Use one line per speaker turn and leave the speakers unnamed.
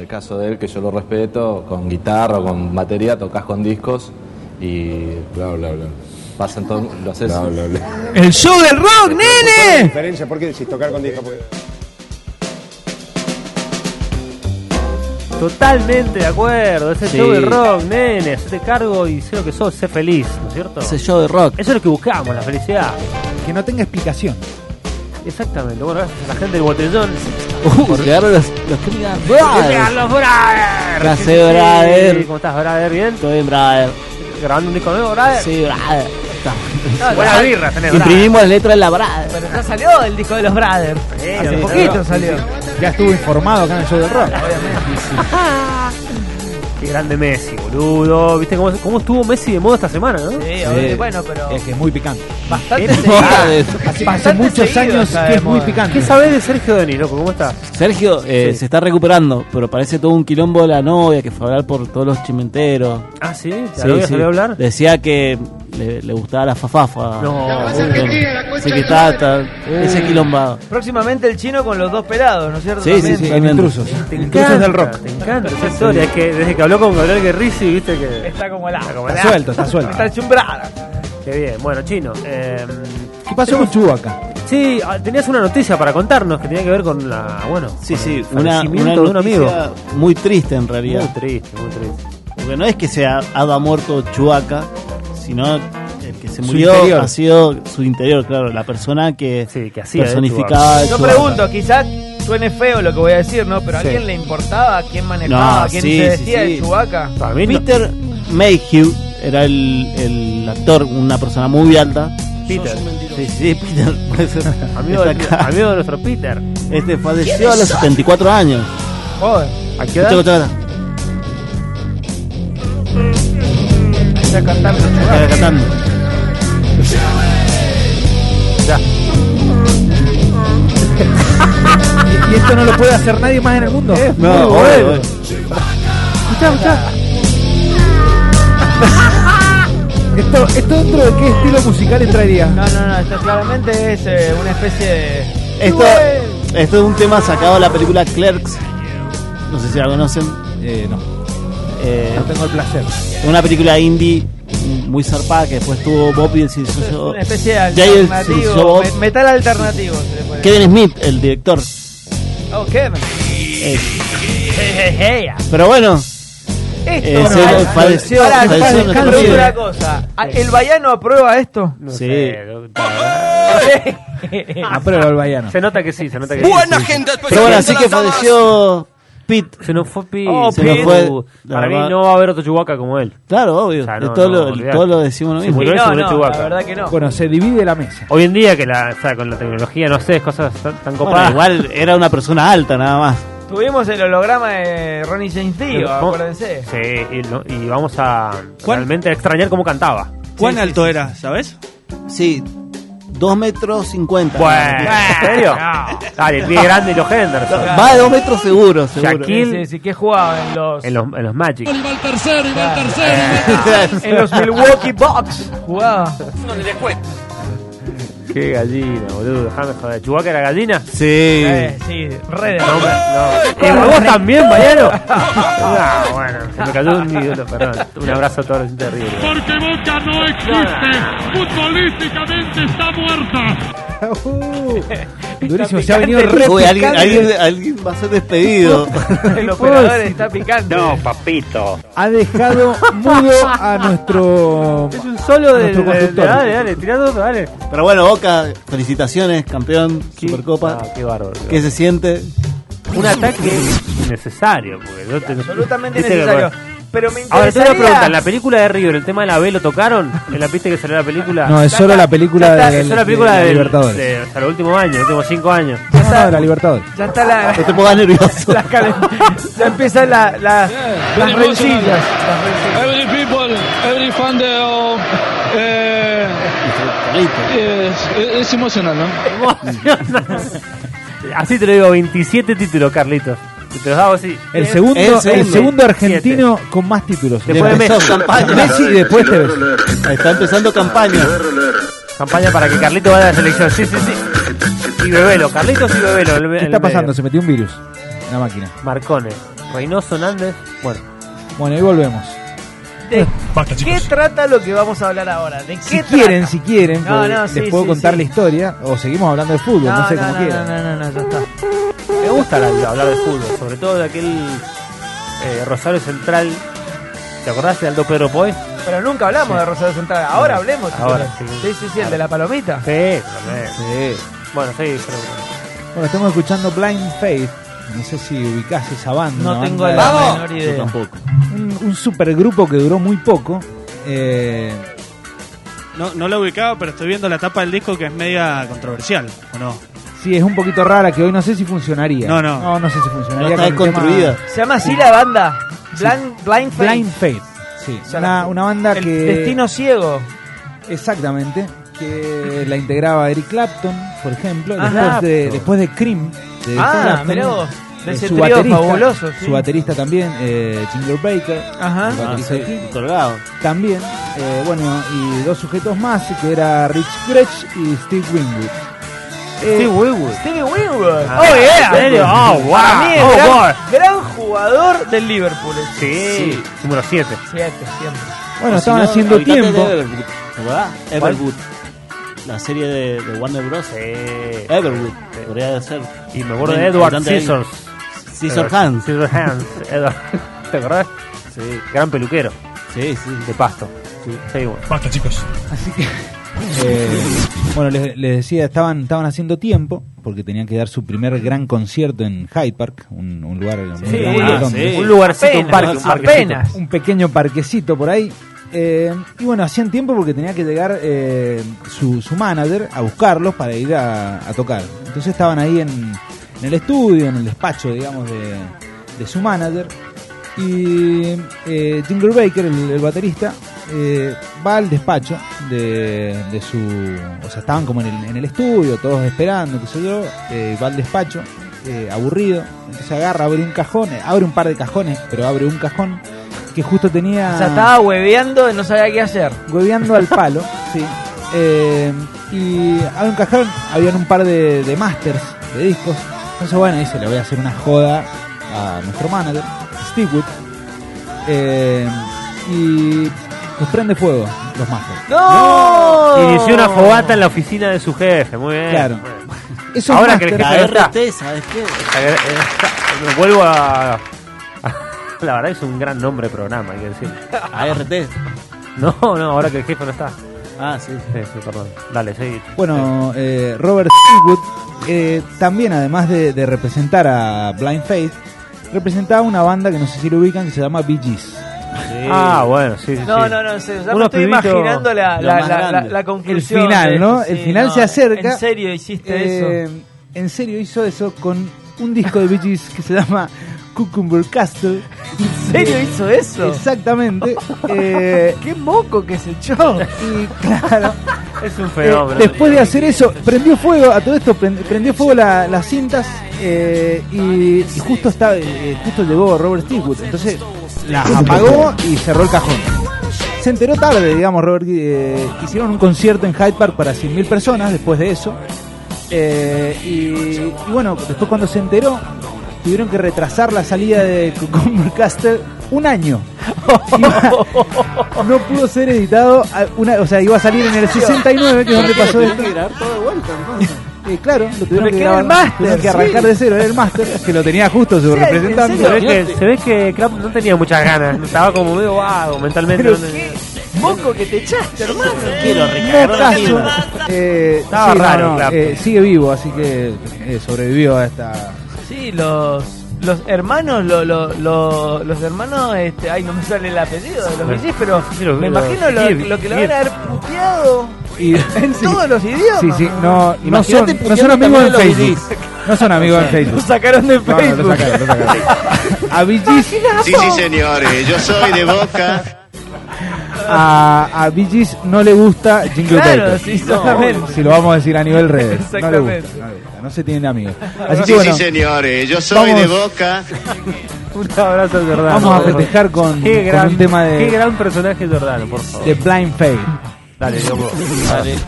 el caso de él, que yo lo respeto, con guitarra o con batería, tocas con discos y
Bla, bla, bla.
pasan todo. Lo haces.
Bla, bla, bla.
¡El show del rock,
¿Qué
nene!
diferencia? ¿Por qué decís tocar con disco? Porque-
Totalmente de acuerdo, ese
Sí.
show del rock, nene, hacete cargo y sé lo que sos, sé feliz, ¿no es cierto?
Ese show de rock.
Eso es lo que buscamos, la felicidad.
Que no tenga explicación.
Exactamente, bueno, gracias a la gente del botellón.
Uh, llegaron los, los Chemical Brothers.
¡Llegan los brothers!
Gracias,
Sí, sí, sí.
brother.
¿Cómo estás, brother? ¿Bien?
Todo bien, brother.
¿Grabando un disco nuevo, brother?
Sí, brother.
Ah, Buenas birras tenés, brother.
Imprimimos las letras en la brother.
Pero ya salió el disco de los Brothers.
Sí,
Hace
sí,
poquito salió.
Ya estuvo informado acá en el show del rock.
Qué grande Messi, boludo. ¿Viste cómo, cómo estuvo Messi de moda esta semana, no?
Sí, obvio, bueno, pero
Es que es muy picante.
bastante
Brother.
Hace muchos años que es muy picante.
¿Qué sabés de Sergio Denis, loco? ¿Cómo estás?
Sergio eh, se está recuperando, pero parece todo un quilombo de la novia que fue a hablar por todos los chimenteros.
Ah, sí, ¿La
Sí,
novia
sí.
salió a hablar?
Decía que le, le gustaba la fafafa.
No. La
Sí, que está, está- ese quilombado.
Próximamente el chino con los dos pelados, ¿no es cierto?
Sí, sí,
También.
sí.
En intrusos.
Te
Intrusos
encanta,
del rock.
Te encanta esa historia. Es que desde que habló con Gabriel Guerrici, viste que.
Está como la.
Está suelto, está suelto.
Está chumbrada.
Qué bien. Bueno, chino. eh,
¿Qué pasó con Chu acá?
sí, ah, tenías una noticia para contarnos que tenía que ver con la. Bueno,
Sí,
con
sí,
el
una, una
fallecimiento de un amigo.
noticia muy triste en realidad.
Muy triste, muy triste.
Porque no es que se ha- haya muerto Chubaca, sino el que se murió
interior.
ha sido su interior, claro, la persona que,
Sí, que hacía de
personificaba.
Yo
Chewbacca.
pregunto, quizás suene feo lo que voy a decir, ¿no? Pero ¿a alguien le importaba? ¿A quién manejaba?
No,
¿A quién
sí,
se
sí,
vestía
sí.
de Chubaca?
Para mí, no-
Peter Mayhew era el, el actor, una persona muy alta.
Peter.
Sí, sí, Peter. puede ser.
Amigo,
Está acá.
amigo de nuestro Peter.
Este falleció a los 74 años.
Joder.
¿A qué
Escucha,
edad?
escucha, escucha.
Está cantando
Está
Chewbacca.
cantando.
Y esto no lo puede hacer nadie más en el mundo.
No,
Muy
obvio,
bueno.
obvio.
Escuchá, escuchá. ¿Esto, ¿Esto dentro de qué estilo musical entraría?
No, no, no, esto claramente es eh, una especie de.
Esto, esto es un tema sacado de la película Clerks. No sé si la conocen.
Eh, no.
Eh,
No tengo el placer.
una película indie muy zarpada que después tuvo Bobby el Silloso.
Una especie de
Jay el
alternativo.
Silloso-
me- Metal alternativo se le puede
Kevin Smith, el director.
decir. Oh, Kevin.
Eh,
Hey, hey, hey.
pero bueno,
Esto
Eh,
no
se-
hay-
falleció-
Pará,
falleció
pará,
nuestro
pregunto
amigo.
una cosa. ¿A- ¿El Bayano aprueba esto?
No
Sí.
sé, lo-
Ah, pero el baiano.
Se nota que sí, se nota que sí.
Buena gente,
pero bueno, así que falleció Pete.
Se nos fue Pete.
Oh,
se
Pete.
nos fue.
La
Para mí
verdad.
no va a haber otro Chewbacca como él.
Claro, obvio.
O sea, no,
todo,
no,
lo,
olvidate.
todo lo decimos lo
Se
mismo.
murió.
Y
eso
no,
de
no,
Chewbacca.
la verdad que no.
Bueno, se divide la mesa.
Hoy en día que la, o sea, con la tecnología no sé, cosas tan, tan
Bueno,
copadas.
igual era una persona alta nada más.
Tuvimos el holograma de Ronnie James Dio,
Vamos-
acuérdense.
Sí, y, lo- y vamos a
¿Cuál?
realmente a extrañar cómo cantaba.
¿Cuán alto era, sabes?
Sí, 2 metros 50.
Bueno, ¿en serio? Dale, el pie grande y los Henderson.
Va de 2 metros seguro, seguro.
Shaquille
Sí, sí, que jugaba en los,
En los, en los Magic.
en los Milwaukee Bucks. Jugaba.
Qué gallina, boludo. Dejame joder. ¿Chewbacca era gallina?
sí.
Eh, sí, re de
No, hombre, no. Eh, ¿Vos también, Mariano? No, bueno, se me cayó un ídolo, perdón. Un abrazo a todos los terribles.
Porque Boca no existe, futbolísticamente está muerta.
Uh, Durísimo, se ha venido re
Uy, alguien,
picante.
alguien, alguien va a ser despedido.
El operador está picante.
papito.
Ha dejado mudo a nuestro.
Es un solo de,
Nuestro
de- de-
conductor.
Dale, dale, tirá dos, dale.
Pero bueno, Boca, felicitaciones, campeón, Supercopa.
Ah, qué bárbaro.
¿Qué se siente?
Un ataque necesario, porque no te-
Absolutamente
viste que-
necesario. Pero me
Ahora, te
interesaría...
voy a preguntar, ¿en la película de River el tema de la B lo tocaron? ¿En la pista que salió la película?
No, es solo la película
Ya está,
de,
es la película
de
de,
Libertadores.
de- hasta los últimos años, los últimos cinco años.
No, no, de la Libertadores.
Ya está la...
No te pongas nervioso.
la calen- ya empiezan la, la- las rencillas.
Every people, every fan de oh, eh, es, es emocional, ¿no?
Así te lo digo, 27 títulos, Carlitos. Si Te los hago así.
El segundo, el segundo, argentino con más títulos.
Después de
Empezó
Messi.
campaña.
Messi y después Tevez.
Está empezando campaña.
Campaña para que Carlitos vaya a la selección. Sí, sí, sí. Y bebelo, Carlitos y bebelo.
¿Qué está pasando? Se metió un virus. Una máquina.
Marcones. Reynoso Nández. Bueno,
Bueno, y volvemos.
¿De qué trata lo que vamos a hablar ahora? ¿De qué
Si quieren,
trata?
si quieren,
No,
porque
no, sí,
les puedo
sí,
contar
sí.
la historia. O seguimos hablando de fútbol, no, sé
no,
cómo
no,
quieran.
no, no, no, ya está.
me gusta la- la- hablar de fútbol, sobre todo de aquel eh, Rosario Central. ¿Te acordás de Aldo Pedro Poe? Sí,
Pero nunca hablamos de Rosario Central. Ahora hablemos. si
Ahora,
querés.
sí.
Sí, sí, sí, el de la palomita.
también.
Sí.
Bueno, sí, creo que.
Bueno, estamos escuchando Blind Faith. No sé si ubicás esa banda.
No
una
tengo
banda-
la menor idea.
un, un supergrupo que duró muy poco. Eh,
No, no lo ubicaba, pero estoy viendo la tapa del disco que es media controversial, ¿o no?
sí, es un poquito rara que hoy no sé si funcionaría.
No, no.
No, no sé si funcionaría.
No está
con el tema-
construida.
¿Se llama así la banda? Blind, Blind Faith.
Blind Faith. Sí,
Ya la-
una, una banda
El
que.
Destino ciego.
Exactamente. Que la integraba Eric Clapton, por ejemplo.
Ah,
Después de,
Clapton.
después de Cream. de Eric
Ah,
Clapton,
mirá vos, de
eh,
ese
su
trío
baterista-
fabuloso, sí.
Su baterista también, eh, Ginger Baker.
Ajá.
el baterista de Cream.
Ah, colgado.
También, eh, bueno, y dos sujetos más, que era Rich Gretsch y Steve Winwood. Eh,
Stevie Winwood.
Ah,
oh, yeah.
¿en serio? Oh, wow.
Para mí es
Oh,
gran,
wow.
gran jugador del Liverpool. ese.
Sí, número 7.
Siete, este siempre.
O
Bueno,
Pues si
estaban
no,
haciendo
Habitantes
tiempo.
de Everwood, ¿te acordás? Everwood. La serie de, de Warner Bros. Everwood. Podría ser.
Y me acuerdo
Bien,
de Edward
importante ahí.
Scissors.
Scissor Hans.
Scissor Hands. Edward. ¿Te acordás?
Sí,
Gran peluquero
sí, sí.
de pasto. Sí, bueno.
Así que. eh, bueno, les, les decía, estaban, estaban haciendo tiempo porque tenían que dar su primer gran concierto en Hyde Park, un, un lugar muy
Sí,
grande de
ah,
Londres.
sí.
Un lugarcito, un
Apenas,
parque, un parquecito.
apenas.
un pequeño parquecito por ahí. Eh, y bueno, hacían tiempo porque tenía que llegar eh, su, su manager a buscarlos para ir a, a tocar. Entonces estaban ahí en, en el estudio, en el despacho, digamos, de, de su manager. Y eh, Ginger Baker, el, el baterista, eh, va al despacho de, de su... O sea, estaban como en el, en el estudio, todos esperando, qué sé yo. eh, va al despacho, eh, aburrido. Entonces agarra, abre un cajón, eh, abre un par de cajones, pero abre un cajón que justo tenía...
O sea, estaba hueveando y no sabía qué hacer.
Godeando al palo, sí. Eh, y había un cajón, habían un par de, de masters de discos. Entonces, bueno, dice, le voy a hacer una joda a nuestro manager, Stigwood. Eh, y los prende fuego los masters.
¡No!
Inició una fogata en la oficina de su jefe. Muy bien.
Claro.
Muy bien.
Esos
Ahora que
masters,
le
La
Ahí está.
RT, ¿sabes qué?
Agra- eh, me Vuelvo a, a- La verdad es un gran nombre de programa, hay que decir.
ART.
No, no, ahora que el jefe no está.
Ah, sí.
Sí, sí, perdón. Dale, sí.
Bueno, eh, Robert Stigwood eh, también, además de, de representar a Blind Faith, representaba una banda que no sé si lo ubican que se llama Bee Gees.
Ah, bueno, sí, sí.
No,
sí.
no, no, en serio, ya me
Unos
estoy
pibitos-
imaginando la,
lo
la,
más
la, la,
grande.
la conclusión.
El final,
de-
¿no? El final se acerca.
¿En serio hiciste eso?
Eh, En serio hizo eso con un disco de Bee Gees que se llama Cucumber Castle. Eh,
¿En serio hizo eso?
Exactamente. Eh,
¡Qué moco que se echó!
y claro,
Es un
eh,
fenómeno.
después de hacer eso, prendió fuego a todo esto, prend- prendió fuego la- las cintas eh, y, y justo estaba, eh, justo llegó Robert Stigwood. Entonces las apagó y cerró el cajón. Se enteró tarde, digamos, Robert. eh, hicieron un concierto en Hyde Park para 100.000 personas después de eso. Eh, y, y bueno, después cuando se enteró, tuvieron que retrasar la salida de Cucumber Castle un año. Iba- no pudo ser editado, a una- o sea, iba a salir en el 69, que es donde pasó esto. Eh, claro, lo tuvieron
Pero
que
que era
grabar,
el máster,
tuvieron que arrancar
sí.
de cero, era el máster, que lo tenía justo su
Sí, en
representante.
Se ve que, se ve que Crap no tenía muchas ganas. Estaba como medio vago mentalmente.
Pero
no-
¡Qué moco que te echaste, hermano!
Quiero
No
recargar.
caso, eh,
Estaba
sí, no,
raro,
no,
claro.
eh, sigue vivo, así que eh, sobrevivió a esta.
Sí, los, los hermanos, lo, lo, lo- los hermanos, este, ay, no me sale el apellido de los Villis, pero
Sí, los-
me
los-
imagino lo,
Gil,
lo que lo
Gil.
van a haber puteado
Y,
en
sí,
todos los idiomas.
sí, sí, no, no son,
Imagínate
no son
puteando
amigos en
también a los
Facebook. No son amigos en
Lo
Facebook.
sacaron de
No, no,
Facebook.
lo sacaron, lo sacaron. A Bee Gees-
Sí, sí, señores, yo soy de Boca.
a, a Bee Gees no le gusta Jingle
Claro,
Baker.
sí, exactamente.
Si lo vamos a decir a nivel redes. No le gusta,
Exactamente.
no le gusta, no se tienen amigos. Así que
Sí, sí,
bueno,
señores, yo soy de
Vamos.
Boca.
Un abrazo, Jordano.
vamos a festejar con,
Qué
con
gran,
un tema
qué
de,
gran personaje, Jordano, por favor.
de Blind Faith.
Dale, Diego.